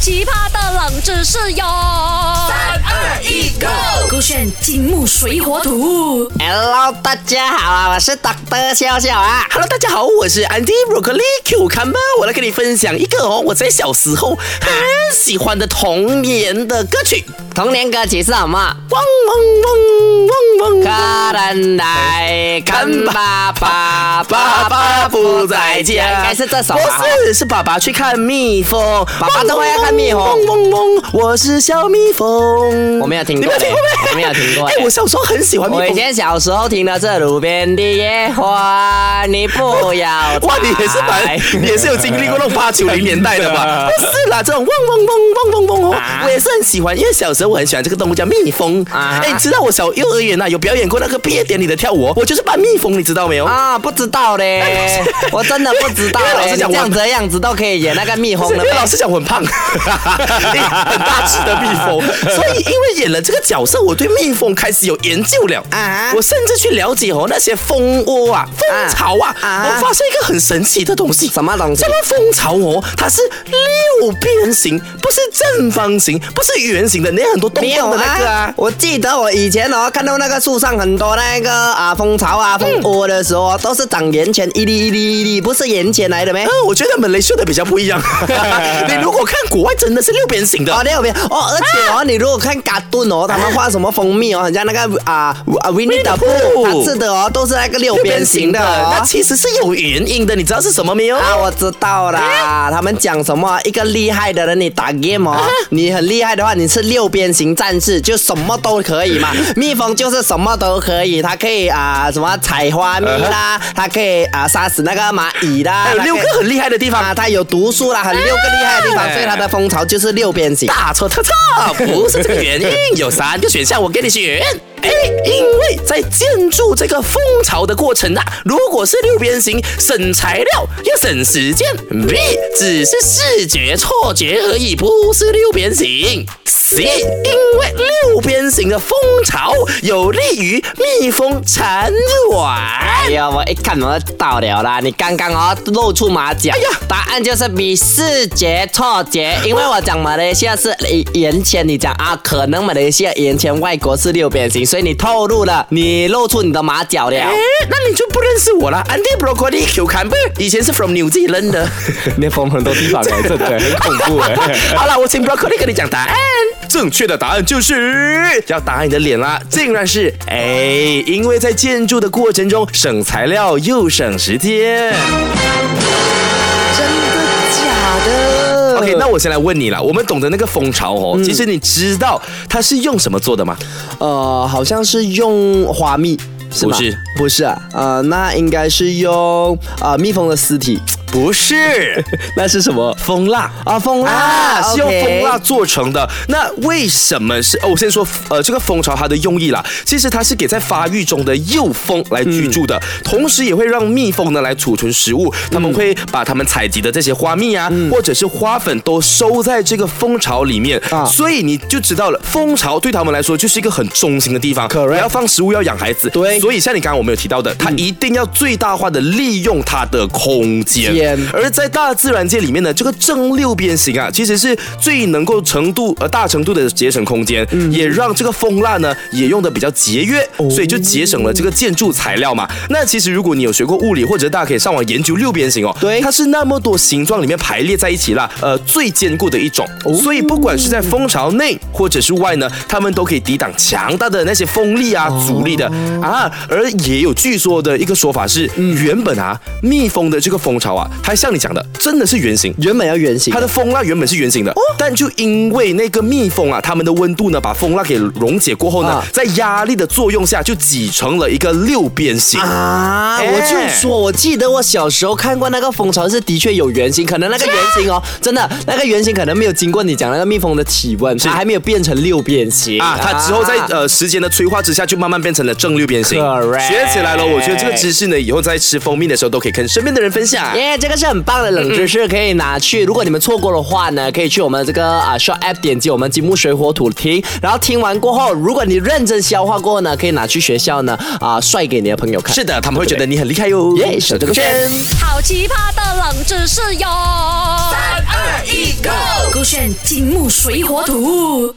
奇葩的冷知识哟！三二一，Go！勾选金木水火土。 Hello，大家好啊，我是 Dr. 笑笑啊。 Hello，大家好，我是 Andy Broccoli Q 看吧，我来跟你分享一个哦，我在小时候很喜欢的童年的歌曲。童年歌曲是什么？汪汪汪汪汪客人来看爸爸，爸爸不在家。应该是这首吧？不是，是爸爸去看蜜蜂。爸爸的话要看蜜蜂嗡嗡嗡，我是小蜜蜂。我没有听你过没有听过嘞没？我没有听过嘞哎，我小时候很喜欢蜜我以蜂。前小时候听的是路边的野花，你不要哇，你也是蛮，你也是有经历过那种八九零年代 的吧？不是啦，这种嗡嗡嗡嗡嗡嗡哦啊，我也是很喜欢，因为小时候我很喜欢这个动物叫蜜蜂。啊哎，你知道我小幼儿园呐有表演过那个毕业典礼的跳舞哦，我就是扮蜜蜂，你知道没有？啊，不知道哎嘞，我真的不知道因为哎老嘞。师你讲我这样子的样子都可以演那个蜜不蜂啊是因了为呗。老师讲我很胖， 很大只的蜜 蜂，所以因为演了这个角色，我对蜜蜂开始有研究了啊我甚至去了解哦那些蜂窝啊、蜂巢啊，啊我发现一个很神奇的东西。什么东西这个蜂巢哦，它是六边形，不是正方形，不是圆形的，你很多洞没洞有的那个啊。我记得我以前哦，看到那个树上很多那个啊蜂巢啊嗯蜂窝的时候哦，都是长圆圈，一粒一粒一粒，不是圆圈来的哦没嗯？，我觉得马来西亚的比较不一 样。你如果看国外，真的是六边形的哦，那有没有哦？而且啊哦，你如果看嘎顿哦，他们画什么蜂蜜哦，很像那个啊啊 w i n n i e 的 Winnie the Pooh 它吃的哦，都是那个六边形的哦。那其实是有原因的，你知道是什么没有？啊，我知道啦，他们讲什么一个厉害的人，你打 game 哦，你很厉害的话，你是六边形战士，就什么都可以 嘛。蜜蜂就是什么都可以，它可以啊、什么采花蜜 啦，它可以啊、杀死那个蚂蚁还啦，有哎它可以六个很厉害的地方啊，它有毒素啦，很六个厉害的地方，哎所以它的蜂巢就是六边形。大错特错，不是这个原因，有三个选项我给你选。A，因为在建筑这个蜂巢的过程啊，如果是六边形，省材料又省时间。B，只是视觉错觉而已，不是六边形。C，因为六边形的蜂巢有利于蜜蜂产卵。哎呀，我一看我就到了啦！你刚刚哦露出马脚。哎呀答案就是比视觉错觉，因为我讲马来西亚是圆圈，呃你讲啊，可能马来西亚圆圈，外国是六边形，所以你透露了，你露出你的马脚了。哎，那你就不认识我了，Andy Broccoli Cucumber，以前是 from New Zealand 的。你缝很多地方哎，真的很恐怖哎。 好了，我请 Broccoli 跟你讲答案。正确的答案就是要打你的脸啦，竟然是哎，因为在建筑的过程中省材料又省时间。真的假的 OK，那我先来问你了，我们懂得那个蜂巢哦，其实你知道它是用什么做的吗？呃，好像是用花蜜，是吗不是，不是啊，呃，那应该是用啊、呃蜜蜂的尸体，不 是，那是什么？蜂蜡。啊，蜂蜡、啊，是用 OK 蜂蜡做成的。那为什么是？哦，我先说，呃，这个蜂巢它的用意啦，其实它是给在发育中的幼蜂来居住的，嗯同时也会让蜜蜂呢来储存食物。它们会把它们采集的这些花蜜啊，嗯或者是花粉都收在这个蜂巢里面。啊所以你就知道了，蜂巢对他们来说就是一个很中心的地方。 Correct 你要放食物，要养孩子。对嗯所以像你刚刚我们有提到的，它一定要最大化的利用它的空间。天而在大自然界里面呢，这个正六边形啊，其实是最能够程度呃大程度的节省空间，也让这个蜂蜡呢也用的比较节约，所以就节省了这个建筑材料嘛。那其实如果你有学过物理，或者大家可以上网研究六边形哦，对它是那么多形状里面排列在一起啦，呃，最坚固的一种。所以不管是在蜂巢内或者是外呢，它们都可以抵挡强大的那些风力啊、阻力的啊。而也有据说的一个说法是，原本啊，蜜蜂的这个蜂巢啊，它像你讲的，真的是圆形。原本要圆形它的，的蜂蜡原本是圆形的，但就因为那个蜜蜂啊，它们的温度呢，把蜂蜡给溶解过后呢，啊在压力的作用下，就挤成了一个六边形。啊！哎我就说，我记得我小时候看过那个蜂巢是的确有圆形，可能那个圆形哦，真的那个圆形可能没有经过你讲那个蜜蜂的体温，它还没有变成六边形啊，它之后在呃时间的催化之下，就慢慢变成了正六边形。 Correct 学起来了，我觉得这个知识呢，以后在吃蜂蜜的时候都可以跟身边的人分享。耶这个是很棒的冷知识，可以拿去。如果你们错过的话呢，可以去我们这个啊 s h o p 啊 App 点击我们金木水火土听，然后听完过后，如果你认真消化过后呢，可以拿去学校呢啊晒给你的朋友看。是的，他们会觉得你很厉害哟。耶手这个圈好奇葩的冷知识哟！三二一，Go！勾勾选金木水火土。